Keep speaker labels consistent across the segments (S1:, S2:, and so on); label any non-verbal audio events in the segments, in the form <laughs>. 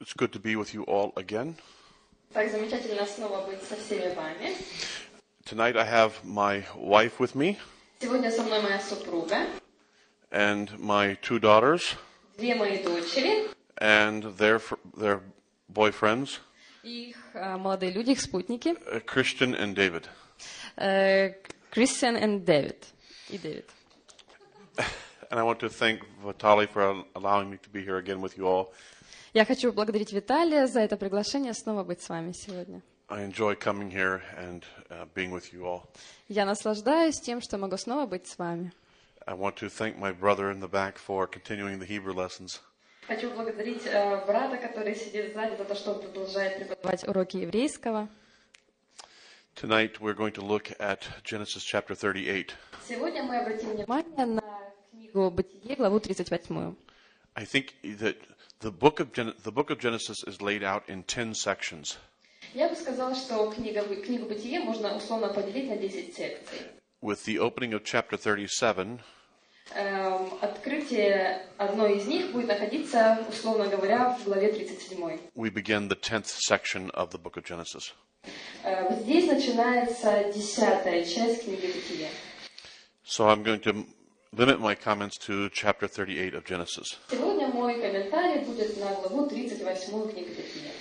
S1: It's good to be with you all again.
S2: Так замечательно снова быть со всеми вами.
S1: Tonight I have my wife with me
S2: Сегодня со мной моя супруга,
S1: and my two daughters
S2: две мои дочери
S1: and their fr- their boyfriends,
S2: и их э, молодые люди, их спутники,
S1: uh, Christian and David.
S2: э, Кристиан и Дэвид. И Дэвид.
S1: And I want to thank Vitali for al- allowing me to be here again with you all.
S2: Я хочу поблагодарить Виталия за это приглашение снова быть с вами сегодня.
S1: I enjoy coming here and uh, being with you all.
S2: Я наслаждаюсь тем, что могу снова быть с вами.
S1: I want to thank my brother in the back for continuing the Hebrew lessons.
S2: Хочу благодарить э, брата, который сидит сзади, за то, что он продолжает преподавать уроки еврейского.
S1: Tonight we're going to look at Genesis chapter 38.
S2: Сегодня мы обратим внимание на книгу «Бытие», главу 38.
S1: I think that the book of Gen- the book of Genesis is laid out in 10 sections.
S2: Я бы сказала, что книга, книгу «Бытие» можно условно поделить на 10 секций.
S1: With the opening of chapter 37,
S2: Эм, открытие одной из них будет находиться, условно говоря, в главе 37.
S1: we begin the 10th section of the book of Genesis.
S2: Э, вот здесь начинается десятая часть книги «Бытие».
S1: So I'm going to limit my comments to chapter 38 of Genesis.
S2: Сегодня мой комментарий будет на главу 38 книги «Бытие».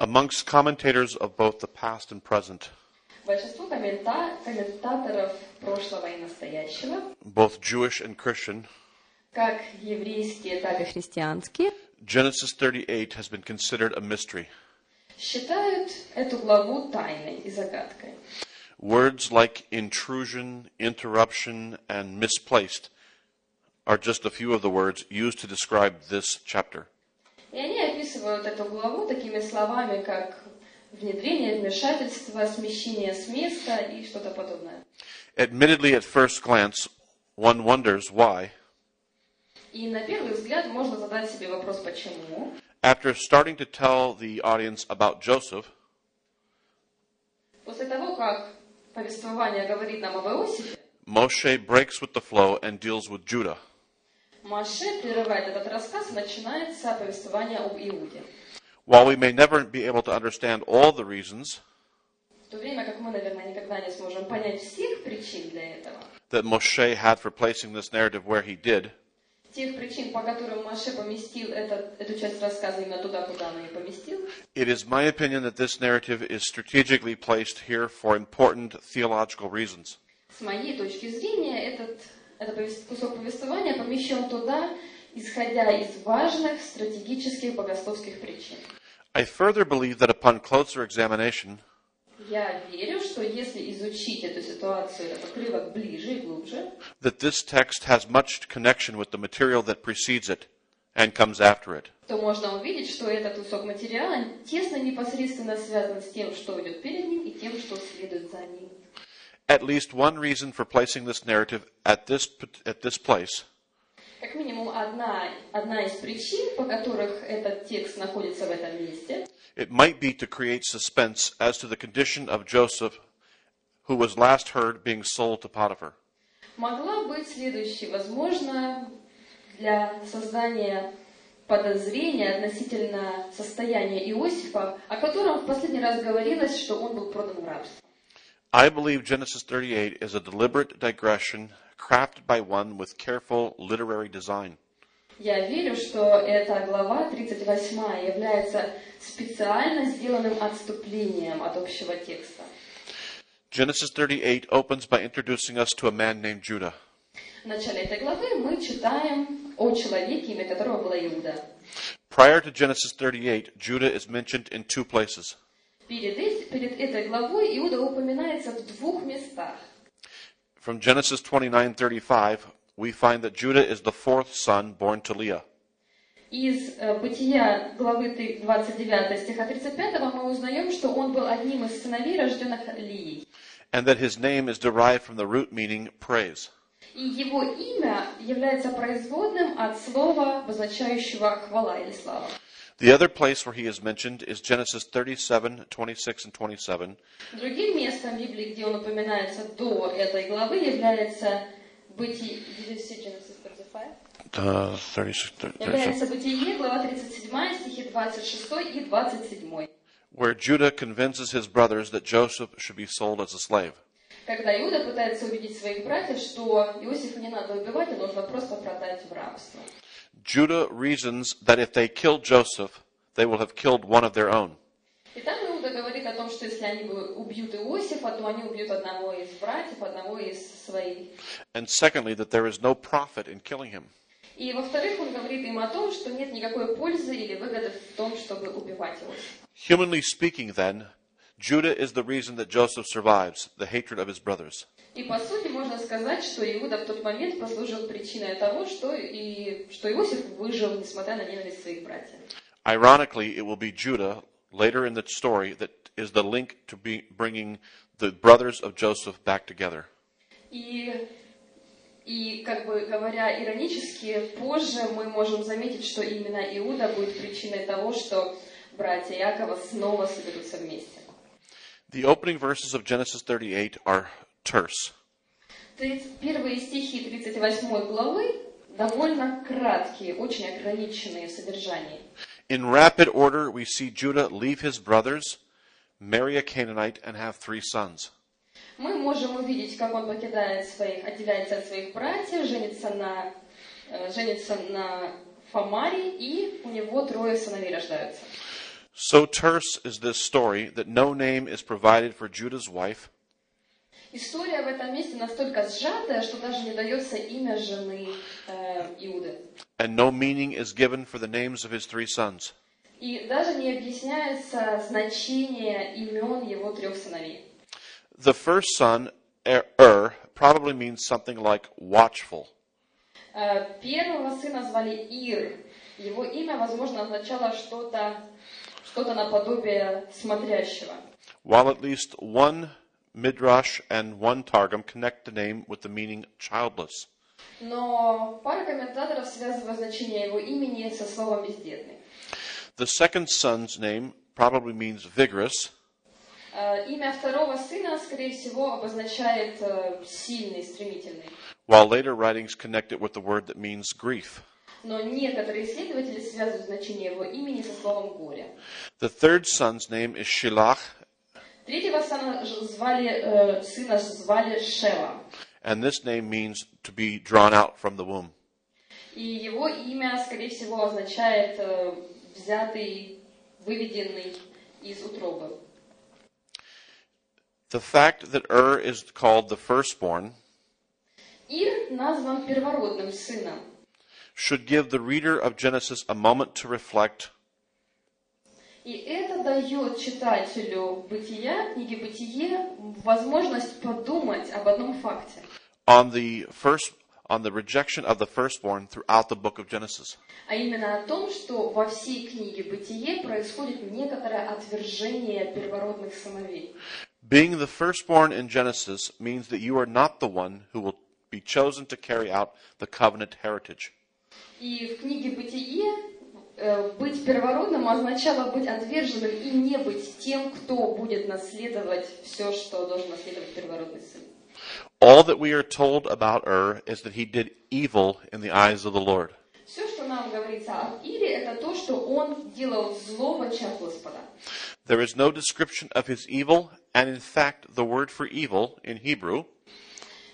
S1: Amongst commentators of both the past and present,
S2: Большинство коммента- комментаторов прошлого и настоящего,
S1: both Jewish and Christian,
S2: как еврейские, так и христианские,
S1: Genesis 38 has been considered a mystery.
S2: считают эту главу тайной и загадкой.
S1: Words like intrusion, interruption, and misplaced are just a few of the words used to describe this chapter.
S2: И они описывают эту главу такими словами, как внедрение, вмешательство, смещение с места и что-то подобное.
S1: Admittedly, at first glance, one wonders why,
S2: И на первый взгляд можно задать себе вопрос, почему.
S1: after starting to tell the audience about Joseph,
S2: После того, как повествование говорит нам об Иосифе,
S1: Moshe breaks with the flow and deals with Judah.
S2: Маше прерывает этот рассказ и начинается повествование об Иуде.
S1: While we may never be able to understand all the reasons
S2: В то время как мы, наверное, никогда не сможем понять всех причин для этого,
S1: that Moshe had for placing this narrative where he did,
S2: тех причин, по которым Маше поместил этот, эту часть рассказа именно туда, куда он ее поместил,
S1: It is my opinion that this narrative is strategically placed here for important theological reasons.
S2: С моей точки зрения, этот, этот повес- кусок повествования помещен туда, исходя из важных стратегических богословских причин.
S1: I further believe that upon closer examination,
S2: Я верю, что если изучить эту ситуацию, этот отрывок ближе и глубже,
S1: that this text has much connection with the material that precedes it and comes after it.
S2: то можно увидеть, что этот кусок материала тесно и непосредственно связан с тем, что идет перед ним, и тем, что следует за ним.
S1: At least one reason for placing this narrative at this, p- at this place
S2: Как минимум, одна, одна из причин, по которых этот текст находится в этом месте,
S1: It might be to create suspense as to the condition of Joseph, who was last heard being sold to Potiphar.
S2: могла быть следующей. Возможно, для создания подозрения относительно состояния Иосифа, о котором в последний раз говорилось, что он был продан в рабство.
S1: I believe Genesis 38 is a deliberate digression crafted by one with careful literary design.
S2: Я верю, что эта глава 38 является специально сделанным отступлением от общего текста.
S1: Genesis 38 opens by introducing us to a man named Judah.
S2: В начале этой главы мы читаем о человеке, имя которого было Иуда.
S1: Prior to Genesis 38, Judah is mentioned in two places.
S2: Перед, эс- перед этой главой Иуда упоминается в двух местах.
S1: From Genesis 29:35, we find that Judah is the fourth son born to Leah.
S2: Из э, Бытия главы ты- 29 стиха 35 мы узнаем, что он был одним из сыновей, рожденных Лией.
S1: and that his name is derived from the root meaning praise.
S2: И его имя является производным от слова, обозначающего хвала или слава.
S1: The other place where he is mentioned is Genesis 37, 26, and 27,
S2: Другим местом Библии, где он упоминается до этой главы, является Бытие,
S1: uh, 36, 37,
S2: является Бытие, глава 37 стихи 20 26 и 27,
S1: where Judah convinces his brothers that Joseph should be sold as a slave.
S2: когда Иуда пытается убедить своих братьев, что Иосифа не надо убивать, а нужно просто продать в рабство.
S1: Judah reasons that if they kill Joseph, they will have killed one of their own.
S2: И там Иуда говорит о том, что если они бы убьют Иосифа, то они убьют одного из братьев, одного из своих.
S1: And secondly, that there is no profit in killing him.
S2: И во-вторых, он говорит им о том, что нет никакой пользы или выгоды в том, чтобы убивать Иосифа.
S1: Humanly speaking, then, Judah is the reason that Joseph survives the hatred of his brothers.
S2: И по сути можно сказать, что Иуда в тот момент послужил причиной того, что, и, что Иосиф выжил, несмотря на ненависть своих братьев.
S1: Ironically, it will be Judah later in the story that is the link to be bringing the brothers of Joseph back together.
S2: И, и как бы говоря иронически, позже мы можем заметить, что именно Иуда будет причиной того, что братья Якова снова соберутся вместе.
S1: The opening verses of Genesis 38 are terse.
S2: Тридцать- Первые стихи 38 главы довольно краткие, очень ограниченные в содержании.
S1: In rapid order, we see Judah leave his brothers, marry a Canaanite, and have three sons.
S2: Мы можем увидеть, как он покидает своих, отделяется от своих братьев, женится на, э, женится на Фамаре, и у него трое сыновей рождаются.
S1: So terse is this story that no name is provided for Judah's wife,
S2: История в этом месте настолько сжатая, что даже не дается имя жены э, Иуды.
S1: and no meaning is given for the names of his three sons.
S2: И даже не объясняется значение имен его трех сыновей.
S1: The first son, Er, Er, probably means something like watchful.
S2: Э, первого сына звали Ир. Его имя, возможно, означало что-то что-то наподобие смотрящего.
S1: While at least one midrash and one targum connect the name with the meaning childless.
S2: Но пара комментаторов связывает значение его имени со словом «бездетный».
S1: The second son's name probably means vigorous,
S2: Э, Имя второго сына, скорее всего, обозначает э, «сильный», «стремительный».
S1: while later writings connect it with the word that means grief.
S2: Но некоторые исследователи связывают значение его имени со словом «горе».
S1: The third son's name is Shilach,
S2: Третьего сына ж- звали, э, сына звали Шева.
S1: and this name means to be drawn out from the womb.
S2: И его имя, скорее всего, означает э, «взятый», «выведенный из утробы».
S1: The fact that Ur is called the firstborn
S2: Ир назван первородным сыном.
S1: should give the reader of Genesis a moment to reflect
S2: И это дает читателю бытия, книги бытие, возможность подумать об одном факте.
S1: on the first on the rejection of the firstborn throughout the book of Genesis.
S2: А именно о том, что во всей книге «Бытие» происходит некоторое отвержение первородных сыновей.
S1: Being the firstborn in Genesis means that you are not the one who will be chosen to carry out the covenant heritage.
S2: И в книге «Бытие» э, быть первородным означало быть отверженным и не быть тем, кто будет наследовать все, что должен наследовать первородный сын.
S1: All that we are told about Ur is that he did evil in the eyes of the Lord.
S2: Все, что нам говорится о Ире, это то, что он делал зло в очах Господа.
S1: There is no description of his evil, and in fact, the word for evil in Hebrew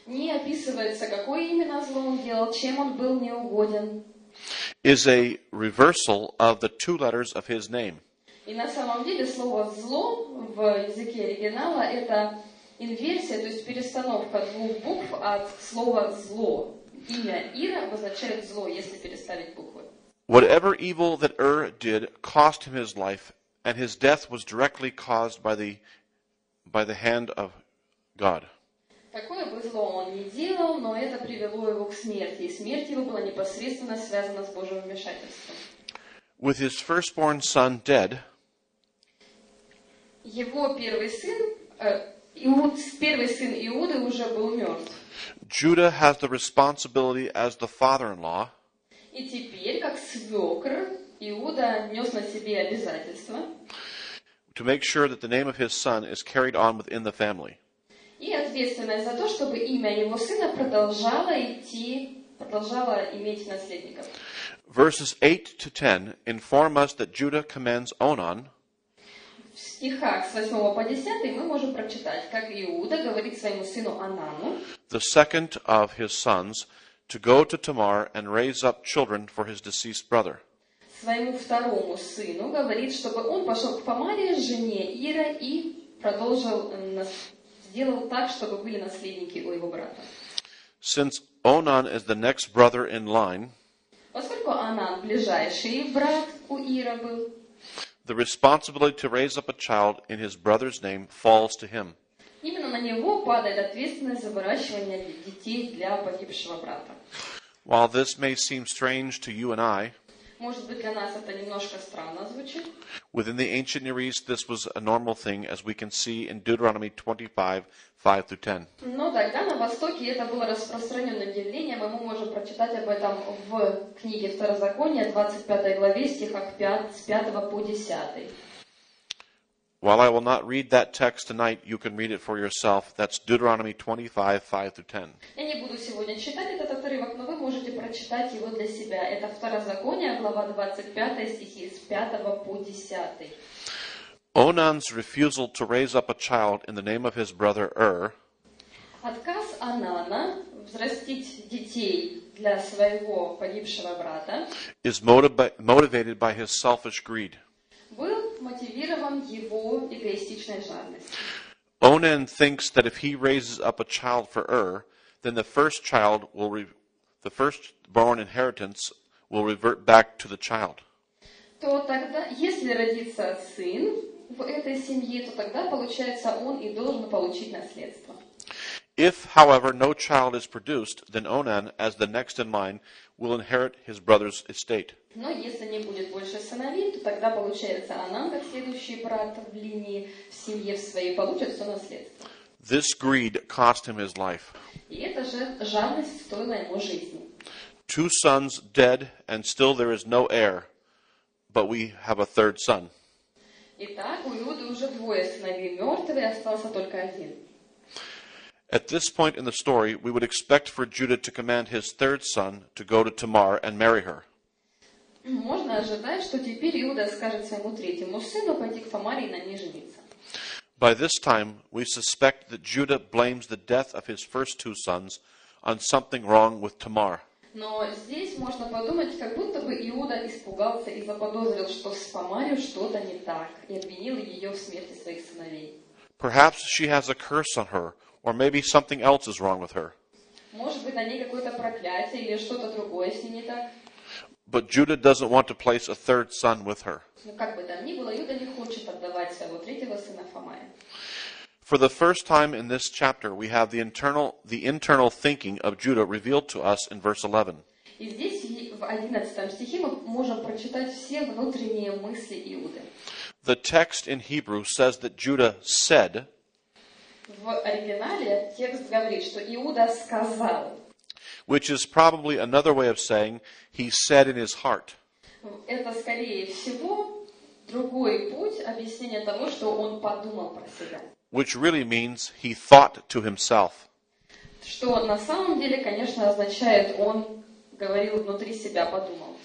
S2: Не описывается, какое именно зло он делал, чем он был неугоден.
S1: is a reversal of the two letters of his name.
S2: И на самом деле слово «зло» в языке оригинала – это инверсия, то есть перестановка двух букв от слова «зло». Имя Ира обозначает «зло», если переставить буквы.
S1: Whatever evil that Ur did cost him his life, and his death was directly caused by the by the hand of God.
S2: Какое бы зло он ни делал, но это привело его к смерти, и смерть его была непосредственно связана с Божьим вмешательством.
S1: With his firstborn son dead,
S2: Его первый сын, э, Иуд, первый сын Иуды уже был мертв.
S1: Judah has the responsibility as the father-in-law
S2: И теперь, как свекр, Иуда нес на себе обязательства
S1: to make sure that the name of his son is carried on within the family.
S2: и ответственность за то, чтобы имя его сына продолжало идти, продолжало продолжала иметь наследников.
S1: Verses 8 to 10 inform us that Judah commends Onan
S2: В стихах с 8 по 10 мы можем прочитать, как Иуда говорит своему сыну Анану,
S1: the second of his sons, to go to Tamar and raise up children for his deceased brother.
S2: своему второму сыну, говорит, чтобы он пошел к Помаре, жене Ира, и продолжил, э, нас- сделал так, чтобы были наследники у его брата.
S1: Since Onan is the next brother in line,
S2: Поскольку Анан ближайший брат у Ира был,
S1: the responsibility to raise up a child in his brother's name falls to him.
S2: именно на него падает ответственность за выращивание детей для погибшего брата.
S1: While this may seem strange to you and I,
S2: Может быть, для нас это немножко странно звучит,
S1: within the ancient Near East, this was a normal thing, as we can see in Deuteronomy 25, 5 through 10.
S2: Но тогда на Востоке это было распространенным явлением, и мы можем прочитать об этом в книге Второзакония, 25 главе, стихах 5, с 5 по 10.
S1: While I will not read that text tonight, you can read it for yourself. That's Deuteronomy 25, 5 through 10.
S2: Я не буду сегодня читать этот отрывок, но вы можете прочитать его для себя. Это Второзаконие, глава 25, стихи с 5 по 10.
S1: Onan's refusal to raise up a child in the name of his brother Ur
S2: Отказ Анана взрастить детей для своего погибшего брата
S1: is motiv- motivated by his selfish greed.
S2: был мотивирован его эгоистичной жадностью.
S1: Onan thinks that if he raises up a child for Ur, then the first child will re- the firstborn inheritance will revert back to the child.
S2: то тогда, если родится сын в этой семье, то тогда, получается, он и должен получить наследство.
S1: If, however, no child is produced, then Onan, as the next in line, will inherit his brother's estate.
S2: Но если не будет больше сыновей, то тогда, получается, она, как следующий брат в линии, в семье в своей, получит все наследство.
S1: This greed cost him his life.
S2: И эта же жадность стоила ему жизни.
S1: Two sons dead, and still there is no heir, but we have a third son.
S2: Итак, у Иуды уже двое сыновей мертвые, остался только один.
S1: At this point in the story, we would expect for Judah to command his third son to go to Tamar and marry her.
S2: Можно ожидать, что теперь Иуда скажет своему третьему сыну пойти к Тамаре и на ней жениться.
S1: By this time, we suspect that Judah blames the death of his first two sons on something wrong with Tamar.
S2: Но здесь можно подумать, как будто бы Иуда испугался и заподозрил, что с Помарью что-то не так, и обвинил ее в смерти своих сыновей.
S1: Perhaps she has a curse on her, or maybe something else is wrong with her.
S2: Может быть, на ней какое-то проклятие или что-то другое с ней не так.
S1: But Judah doesn't want to place a third son with her.
S2: Но Ну, как бы там ни было, Иуда не хочет отдавать своего третьего сына Фомая.
S1: For the first time in this chapter, we have the internal, the internal thinking of Judah revealed to us in verse 11.
S2: И здесь и в 11 стихе мы можем прочитать все внутренние мысли Иуды.
S1: The text in Hebrew says that Judah said,
S2: В оригинале текст говорит, что Иуда сказал.
S1: which is probably another way of saying he said in his heart.
S2: Это, скорее всего, другой путь объяснения того, что он подумал про себя.
S1: which really means he thought to himself.
S2: Что на самом деле, конечно, означает он говорил внутри себя, подумал.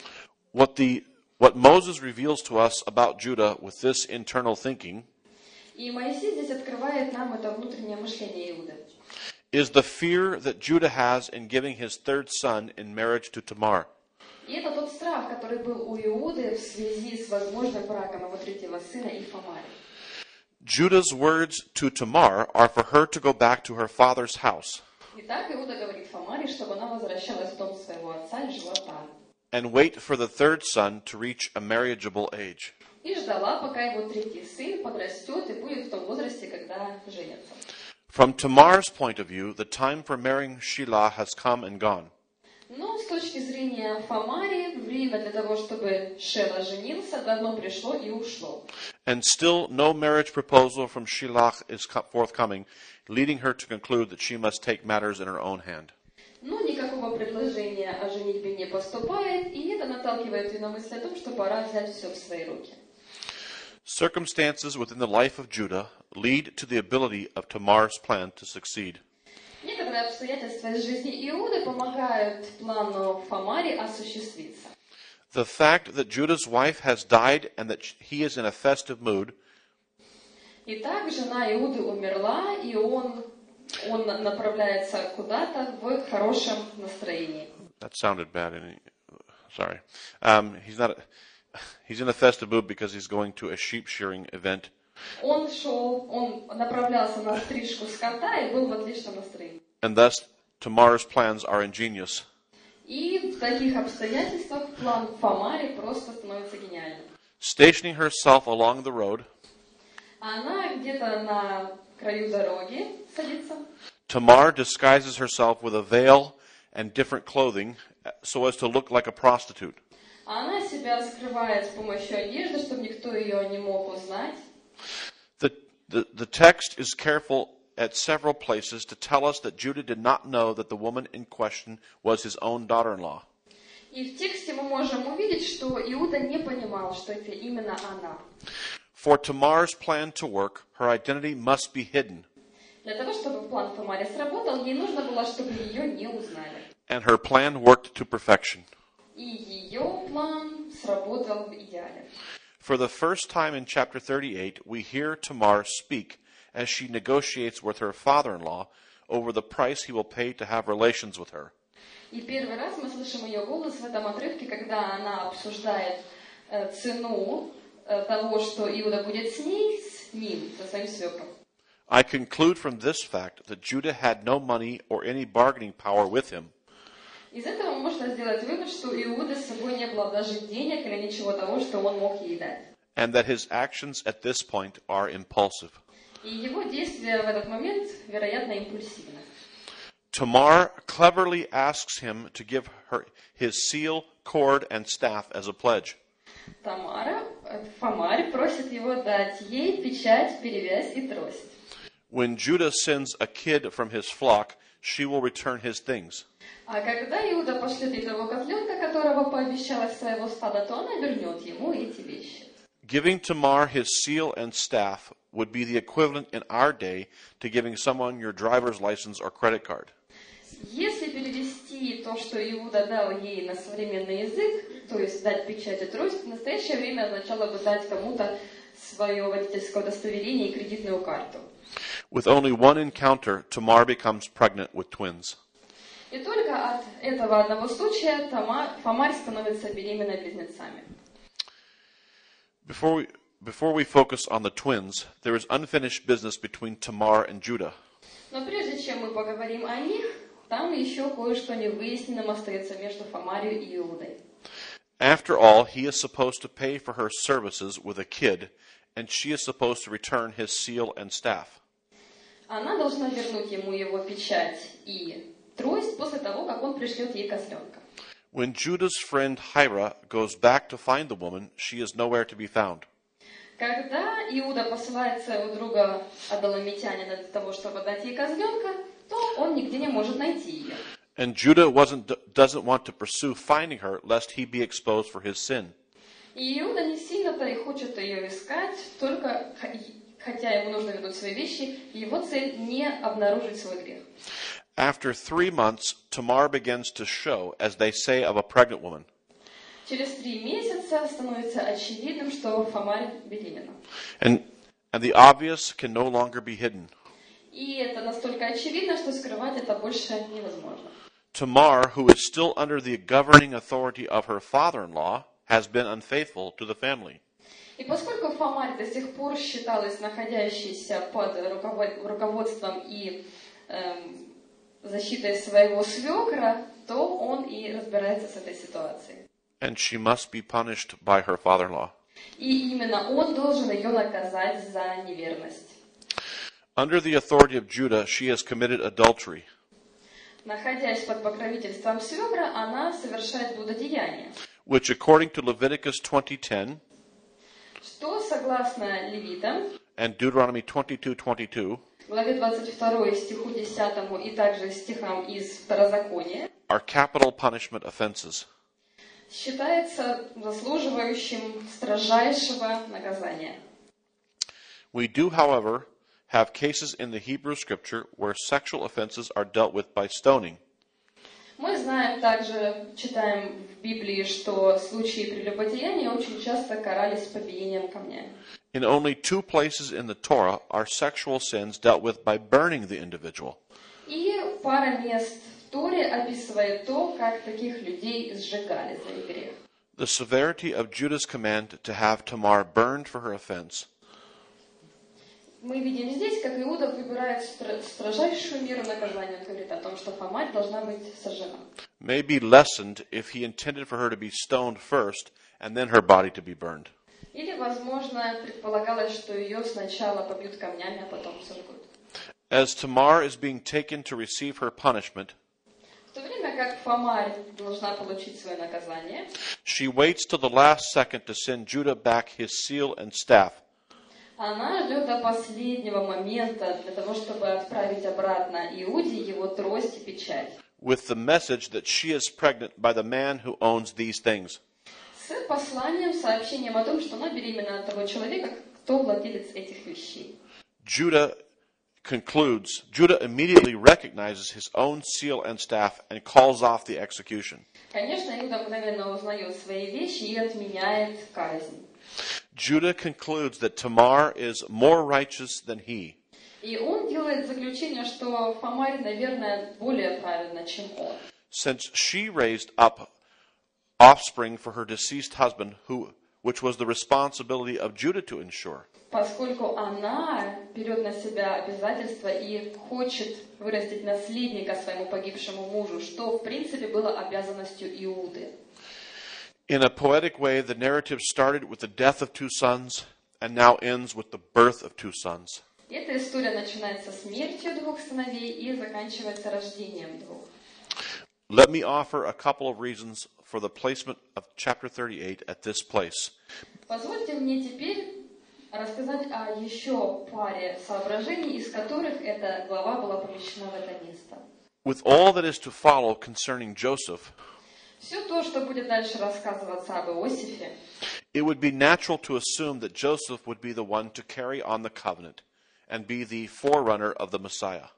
S1: What, the, what Moses reveals to us about Judah with this internal thinking
S2: И Моисей здесь открывает нам это внутреннее мышление Иуды.
S1: is the fear that Judah has in giving his third son in marriage to Tamar.
S2: И это тот страх, который был у Иуды в связи с возможным браком его третьего сына и Фомари.
S1: Judah's words to Tamar are for her to go back to her father's house
S2: Итак, Иуда говорит Фомаре, чтобы она возвращалась в дом своего отца и жила там.
S1: and wait for the third son to reach a marriageable age.
S2: И ждала, пока его третий сын подрастет и будет в том возрасте, когда женится.
S1: From Tamar's point of view, the time for marrying Shelah has come and gone.
S2: Но Ну, с точки зрения Фомари, время для того, чтобы Шела женился, давно пришло и ушло.
S1: and still no marriage proposal from Shilach is co- forthcoming, leading her to conclude that she must take matters in her own hand.
S2: Но Ну, никакого предложения о женитьбе не поступает, и это наталкивает ее на мысль о том, что пора взять все в свои руки.
S1: Circumstances within the life of Judah lead to the ability of Tamar's plan to succeed.
S2: Некоторые некоторые обстоятельства из жизни Иуды помогают плану Фамари осуществиться.
S1: The fact that Judah's wife has died and that sh- he is in a festive mood
S2: Итак, жена Иуды умерла, и он, он направляется куда-то в хорошем настроении.
S1: That sounded bad. And sorry, um, he's not. he's in a <laughs> festive mood because he's going to a sheep shearing event.
S2: Он шел, он направлялся на стрижку скота и был в отличном настроении.
S1: and thus tomorrow's plans are ingenious.
S2: И в таких обстоятельствах план Фомари просто становится гениальным.
S1: Stationing herself along the road,
S2: Она где-то на краю дороги садится.
S1: Tamar disguises herself with a veil and different clothing uh, so as to look like a prostitute.
S2: а Она себя скрывает с помощью одежды, чтобы никто ее не мог узнать.
S1: The, the, the text is careful at several places to tell us that Judah did not know that the woman in question was his own daughter in law.
S2: И в тексте мы можем увидеть, что Иуда не понимал, что это именно она.
S1: For Tamar's plan to work, her identity must be hidden,
S2: Для того, чтобы план Фомари сработал, ей нужно было, чтобы ее не узнали.
S1: and her plan worked to perfection.
S2: И ее план сработал идеально.
S1: For the first time in chapter 38, we hear Tamar speak as she negotiates with her father in law over the price he will pay to have relations with her.
S2: И первый раз мы слышим ее голос в этом отрывке, когда она обсуждает э, цену э, того, что Иуда будет с ней, с ним, со своим свекром.
S1: I conclude from this fact that Judah had no money or any bargaining power with him.
S2: Из этого можно сделать вывод, что у Иуды с собой не было даже денег или ничего того, что он мог ей дать.
S1: And that his actions at this point are impulsive.
S2: И его действия в этот момент, вероятно, импульсивны.
S1: Tamar cleverly asks him to give her his seal, cord, and staff as a pledge.
S2: Тамара, э, Фомарь, просит его дать ей печать, перевязь и трость.
S1: When Judah sends a kid from his flock, she will return his things.
S2: А когда Иуда пошлет ей того козленка, которого пообещала из своего стада, то она вернет ему эти вещи.
S1: Giving Tamar his seal and staff would be the equivalent in our day to giving someone your driver's license or credit card.
S2: Если перевести то, что Иуда дал ей на современный язык, то есть дать печать и трость, в настоящее время означало бы дать кому-то свое водительское удостоверение и кредитную карту.
S1: With only one encounter, Tamar becomes pregnant with twins.
S2: И только от этого одного случая Тома- Фомарь становится беременной близнецами.
S1: Before we, before we focus on the twins, there is unfinished business between Tamar and Judah.
S2: Но прежде чем мы поговорим о них, там еще кое-что невыясненным остается между Фомарью и Иудой.
S1: After all, he is supposed to pay for her services with a kid, and she is supposed to return his seal and staff.
S2: Она должна вернуть ему его печать и трость после того, как он пришлет ей козленка.
S1: When Judah's friend Hira goes back to find the woman, she is nowhere to be found.
S2: Когда Иуда посылает своего друга Адаламитянина для того, чтобы дать ей козленка, то он нигде не может найти ее.
S1: And Judah wasn't, doesn't want to pursue finding her, lest he be exposed for his sin.
S2: И Иуда не сильно-то и хочет ее искать, только х- и- хотя ему нужно вернуть свои вещи, его цель не обнаружить свой грех.
S1: After three months, Tamar begins to show, as they say of a pregnant woman.
S2: Через три месяца становится очевидным, что Фомарь беременна.
S1: And, and the obvious can no longer be hidden.
S2: И это настолько очевидно, что скрывать это больше невозможно.
S1: Tamar, who is still under the governing authority of her father in law, has been unfaithful to the family.
S2: И поскольку Фомарь до сих пор считалась находящейся под руковод- руководством и эм, защитой своего свекра, то он и разбирается с этой ситуацией.
S1: And she must be punished by her father in law.
S2: И именно он должен ее наказать за неверность.
S1: Under the authority of Judah, she has committed adultery.
S2: Находясь под покровительством свекра, она совершает блудодеяние,
S1: Which, according to Leviticus 20:10
S2: что, согласно Левитам,
S1: and Deuteronomy 22:22,
S2: главе 22 стиху 10 и также стихам из Второзакония,
S1: are capital punishment offenses.
S2: считается заслуживающим строжайшего наказания.
S1: We do, however, have cases in the Hebrew scripture where sexual offenses are dealt with by stoning.
S2: Мы знаем также, читаем в Библии, что случаи прелюбодеяния очень часто карались побиением камнями.
S1: In only two places in the Torah are sexual sins dealt with by burning the individual.
S2: И пара мест в Торе описывает то, как таких людей сжигали за их грех.
S1: The severity of Judah's command to have Tamar burned for her offense
S2: Мы видим здесь, как Иуда выбирает стра- строжайшую меру наказания. Он говорит о том, что Фомарь должна быть сожжена.
S1: may be lessened if he intended for her to be stoned first and then her body to be burned.
S2: Или, возможно, предполагалось, что ее сначала побьют камнями, а потом сожгут.
S1: As Tamar is being taken to receive her punishment,
S2: В то время как Фомарь должна получить свое наказание,
S1: she waits till the last second to send Judah back his seal and staff.
S2: она ждет до последнего момента для того, чтобы отправить обратно Иуде его трость и печать.
S1: with the message that she is pregnant by the man who owns these things.
S2: С посланием, сообщением о том, что она беременна от того человека, кто владелец этих вещей.
S1: Judah concludes Judah immediately recognizes his own seal and staff and calls off the execution.
S2: Конечно, Иуда мгновенно узнает свои вещи и отменяет казнь.
S1: Judah concludes that Tamar is more righteous than he.
S2: И он делает заключение, что Фомарь, наверное, более праведна, чем он.
S1: Since she raised up offspring for her deceased husband, who, which was the responsibility of Judah to ensure,
S2: поскольку она берет на себя обязательства и хочет вырастить наследника своему погибшему мужу, что, в принципе, было обязанностью Иуды.
S1: in a poetic way, the narrative started with the death of two sons and now ends with the birth of two sons.
S2: Эта история начинается смертью двух сыновей и заканчивается рождением двух.
S1: Let me offer a couple of reasons for the placement of chapter 38 at this place.
S2: Позвольте мне теперь рассказать о еще паре соображений, из которых эта глава была помещена в это место.
S1: With all that is to follow concerning Joseph,
S2: Все то, что будет дальше рассказываться об Иосифе,
S1: it would be natural to assume that Joseph would be the one to carry on the covenant and be the forerunner of the Messiah.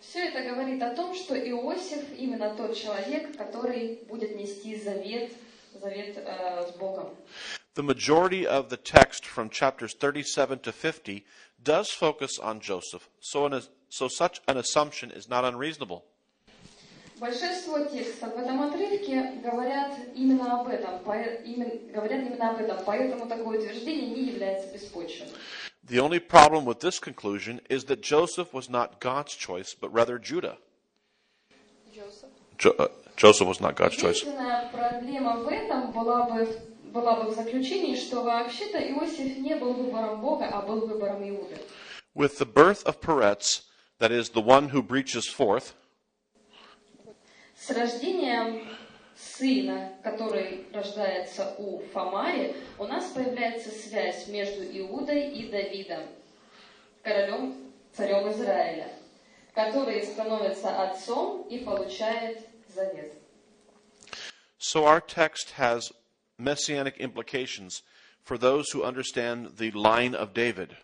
S2: Все это говорит о том, что Иосиф именно тот человек, который будет нести завет, завет э, с Богом.
S1: The majority of the text from chapters 37 to 50 does focus on Joseph, so, an, so such an assumption is not unreasonable.
S2: Большинство текстов в этом отрывке говорят именно об этом, пое- имен- говорят именно об этом, поэтому такое утверждение не является беспочвенным.
S1: The only problem with this conclusion is that Joseph was not God's choice, but rather Judah. Jo- uh, Joseph was not God's choice.
S2: Единственная проблема в этом была бы, в- была бы в заключении, что вообще-то Иосиф не был выбором Бога, а был выбором Иуды.
S1: With the birth of Peretz, that is, the one who breaches forth,
S2: С рождением сына, который рождается у Фомари, у нас появляется связь между Иудой и Давидом, королем, царем Израиля, который становится отцом и получает завет.
S1: so our text has messianic implications for those who understand the line of David.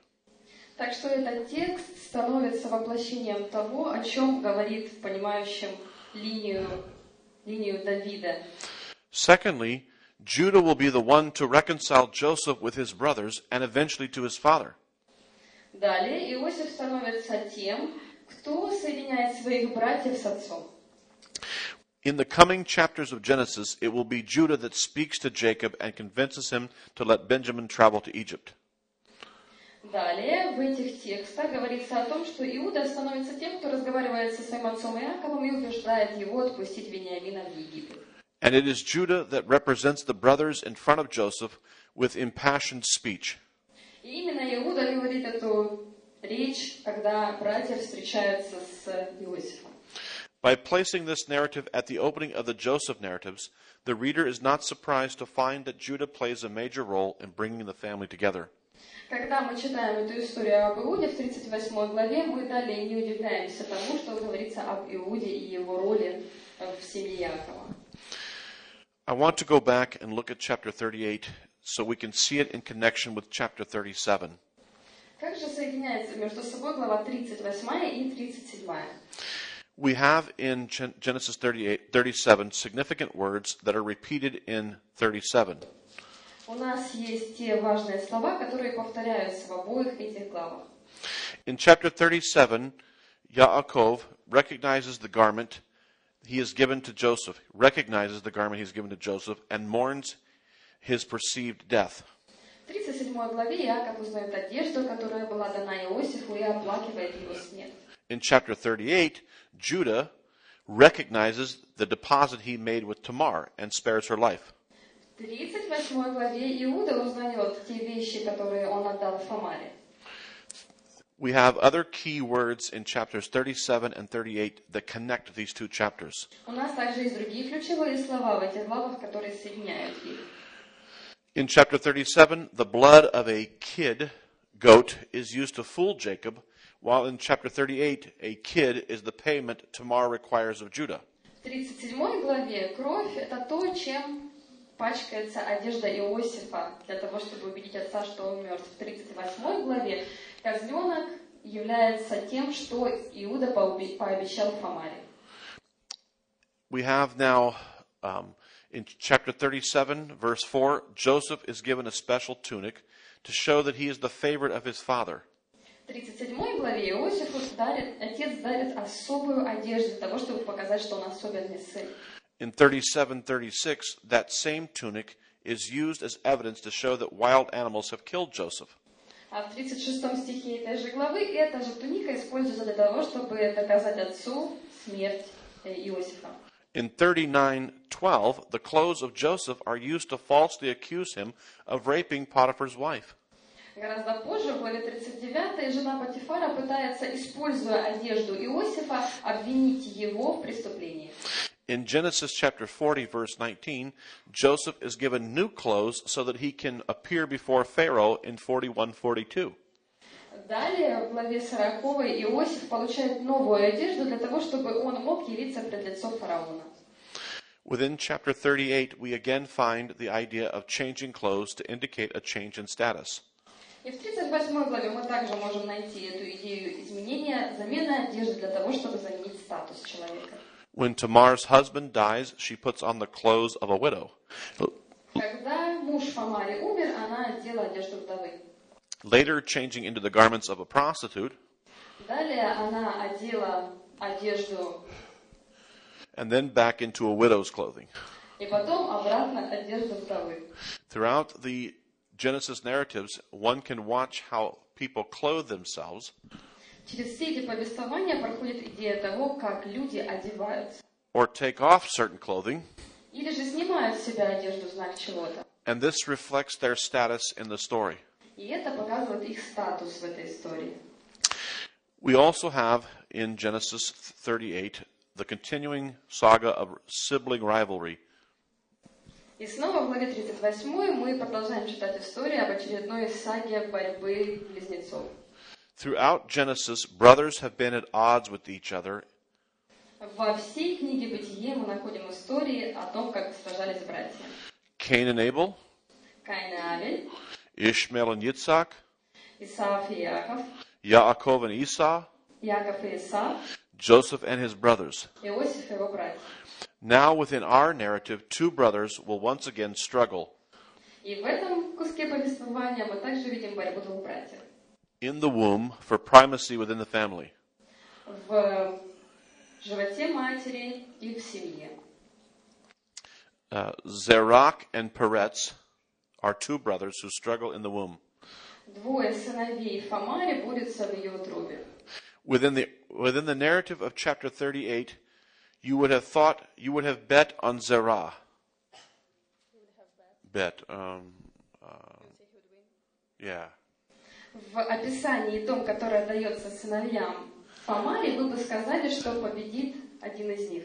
S2: Так что этот текст становится воплощением того, о чем говорит понимающим линию, линию Давида.
S1: Secondly, Judah will be the one to reconcile Joseph with his brothers and eventually to his father.
S2: Далее Иосиф становится тем, кто соединяет своих братьев с отцом.
S1: In the coming chapters of Genesis, it will be Judah that speaks to Jacob and convinces him to let Benjamin travel to Egypt.
S2: Далее в этих текстах говорится о том, что Иуда становится тем, кто разговаривает со своим отцом Иаковом и утверждает его отпустить Вениамина в Египет.
S1: And it is Judah that represents the brothers in front of Joseph with impassioned speech.
S2: И именно Иуда говорит эту речь, когда братья встречаются с Иосифом.
S1: By placing this narrative at the opening of the Joseph narratives, the reader is not surprised to find that Judah plays a major role in bringing the family together.
S2: Когда мы читаем эту историю об Иуде в 38 главе, мы далее не удивляемся тому, что говорится об Иуде и его роли э, в семье Якова.
S1: I want to go back and look at chapter 38 so we can see it in connection with chapter 37.
S2: Как Как же соединяется между собой глава 38 и 37?
S1: We have in Gen- Genesis 38, 37 significant words that are repeated in 37.
S2: У нас есть те важные слова, которые повторяются в обоих этих главах.
S1: In chapter 37, Yaakov recognizes the garment he is given to Joseph, recognizes the garment he is given to Joseph, and mourns his perceived death.
S2: В 37 главе Иаков узнает одежду, которая была дана Иосифу, и оплакивает его смерть.
S1: In chapter 38, Judah recognizes the deposit he made with Tamar and spares her life.
S2: В 38 главе Иуда узнает те вещи, которые он отдал Фомаре.
S1: We have other key words in chapters 37 and 38 that connect these two chapters.
S2: У нас также есть другие ключевые слова в этих главах, которые соединяют их.
S1: In chapter 37, the blood of a kid goat is used to fool Jacob, while in chapter 38, a kid is the payment Tamar requires of Judah.
S2: В 37 главе кровь – это то, чем пачкается одежда Иосифа для того, чтобы убедить отца, что он мертв. В 38 главе козленок является тем, что Иуда пообе- пообещал Фомаре.
S1: We have now, um, in chapter 37, verse 4, Joseph is given a special tunic to show that he is the favorite of his father.
S2: В 37 главе Иосифу дарит, отец дарит особую одежду для того, чтобы показать, что он особенный сын.
S1: In 37 36, that same tunic is used as evidence to show that wild animals have killed Joseph.
S2: А в 36 стихе этой же главы эта же туника используется для того, чтобы доказать отцу смерть э, Иосифа.
S1: In 39:12, the clothes of Joseph are used to falsely accuse him of raping Potiphar's wife.
S2: Гораздо позже, в главе 39, жена Патифара пытается, используя одежду Иосифа, обвинить его в преступлении.
S1: In Genesis chapter 40 verse 19, Joseph is given new clothes so that he can appear before Pharaoh in 41:42.
S2: Далее, в главе 40 Иосиф получает новую одежду для того, чтобы он мог явиться пред лицо фараона.
S1: Within chapter 38, we again find the idea of changing clothes to indicate a change in status.
S2: И в 38 главе мы также можем найти эту идею изменения, замены одежды для того, чтобы заменить статус человека.
S1: When Tamar's husband dies, she puts on the clothes of a widow.
S2: Когда муж Фомари умер, она одела одежду вдовы.
S1: Later, changing into the garments of a prostitute,
S2: Далее она одела одежду
S1: and then back into a widow's clothing.
S2: и потом обратно одежду вдовы.
S1: Throughout the Genesis narratives, one can watch how people clothe themselves
S2: Через все эти повествования проходит идея того, как люди одеваются.
S1: or take off certain clothing,
S2: Или же снимают с себя одежду в знак чего-то.
S1: and this reflects their status in the story.
S2: И это показывает их статус в этой истории.
S1: We also have in Genesis 38 the continuing saga of sibling rivalry.
S2: И снова в главе 38 мы продолжаем читать историю об очередной саге борьбы близнецов.
S1: Throughout Genesis, brothers have been at odds with each other,
S2: Во всей книге «Бытие» мы находим истории о том, как сражались братья.
S1: Cain and Abel,
S2: Каин и Авель,
S1: Ishmael and Yitzhak,
S2: Исаак и Яков,
S1: Yaakov and Esau,
S2: Яков и Исаак,
S1: Joseph and his brothers.
S2: Иосиф и его братья.
S1: Now, within our narrative, two brothers will once again struggle
S2: И в этом куске повествования мы также видим борьбу двух братьев.
S1: in the womb for primacy within the family.
S2: В животе матери и в семье.
S1: Uh, Zerach and Peretz are two brothers who struggle in the womb.
S2: Двое сыновей Фомари борются в ее утробе.
S1: Within the, within the narrative of chapter 38, you would have thought, you would have bet on Zerah. Bet. Um, uh, yeah.
S2: В описании и том, которое дается сыновьям Фомари, вы бы сказали, что победит один из них.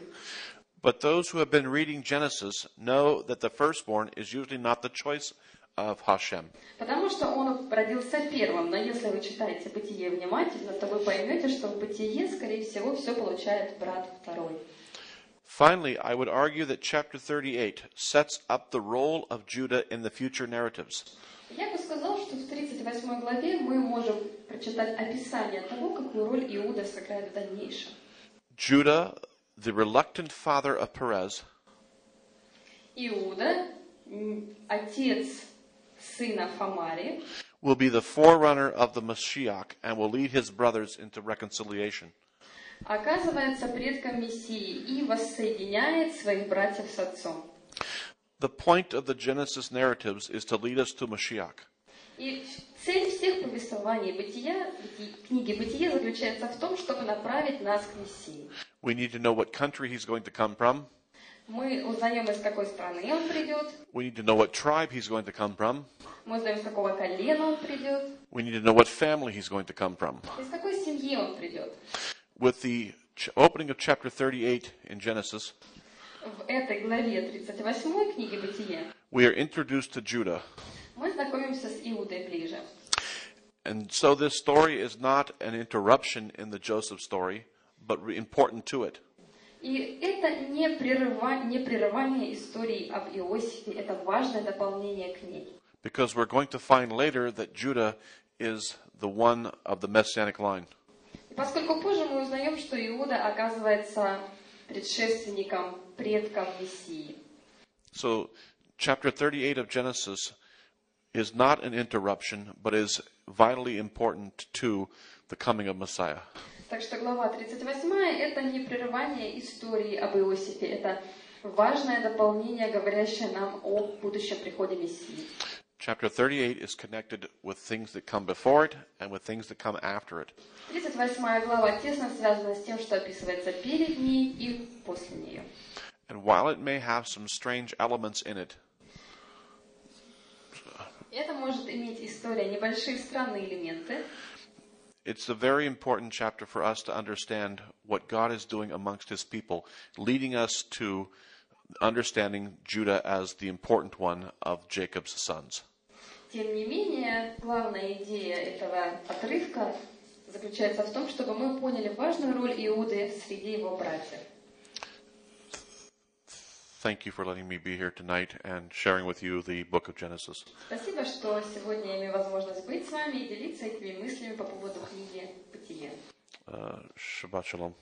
S1: But those who have been reading Genesis know that the firstborn is usually not the choice of Hashem.
S2: Потому что он родился первым, но если вы читаете «Бытие» внимательно, то вы поймете, что в «Бытие», скорее всего, все получает брат второй.
S1: Finally, I would argue that chapter 38 sets up the role of Judah in the future narratives.
S2: Я бы сказал, что в 38 главе мы можем прочитать описание того, какую роль Иуда сыграет в дальнейшем.
S1: Judah, the reluctant father of Perez,
S2: Иуда, м, отец сына Фамари,
S1: will be the forerunner of the Mashiach and will lead his brothers into reconciliation.
S2: оказывается предком Мессии и воссоединяет своих братьев с отцом.
S1: The point of the Genesis narratives is to lead us to Mashiach.
S2: И цель всех повествований бытия, быти- книги «Бытие» заключается в том, чтобы направить нас к Мессии.
S1: We need to know what country he's going to come from.
S2: Мы узнаем, из какой страны он придет,
S1: We need to know what tribe he's going to come from.
S2: мы узнаем, с какого колена он придет,
S1: We need to know what family he's going to come from.
S2: из какой семьи он придет.
S1: With the ch- opening of chapter 38 in Genesis,
S2: В этой главе 38 книги «Бытие»
S1: we are introduced to Judah.
S2: мы знакомимся с Иудой ближе.
S1: And so this story is not an interruption in the Joseph story, but re- important to it.
S2: И это не, прерыва- не прерывание истории об Иосифе, это важное дополнение к ней.
S1: Because we're going to find later that Judah is the one of the messianic line.
S2: И поскольку позже мы узнаем, что Иуда оказывается предшественником, предком Мессии.
S1: So, chapter 38 of Genesis is not an interruption, but is vitally important to the coming of Messiah.
S2: Так что глава 38 это не прерывание истории об Иосифе, это важное дополнение, говорящее нам о будущем приходе Мессии.
S1: Chapter 38 is connected with things that come before it and with things that come after it.
S2: 38 глава тесно связана с тем, что описывается перед ней и после нее.
S1: And while it may have some strange elements in it,
S2: Это может иметь история небольшие странные элементы,
S1: it's a very important chapter for us to understand what God is doing amongst his people, leading us to understanding Judah as the important one of Jacob's sons.
S2: Тем не менее, главная идея этого отрывка заключается в том, чтобы мы поняли важную роль Иуды среди его братьев.
S1: Thank you for letting me be here tonight and sharing with you the book of Genesis.
S2: Спасибо, что сегодня я имею возможность быть с вами и делиться этими мыслями по поводу книги «Бытие».
S1: Uh, Shabbat Shalom.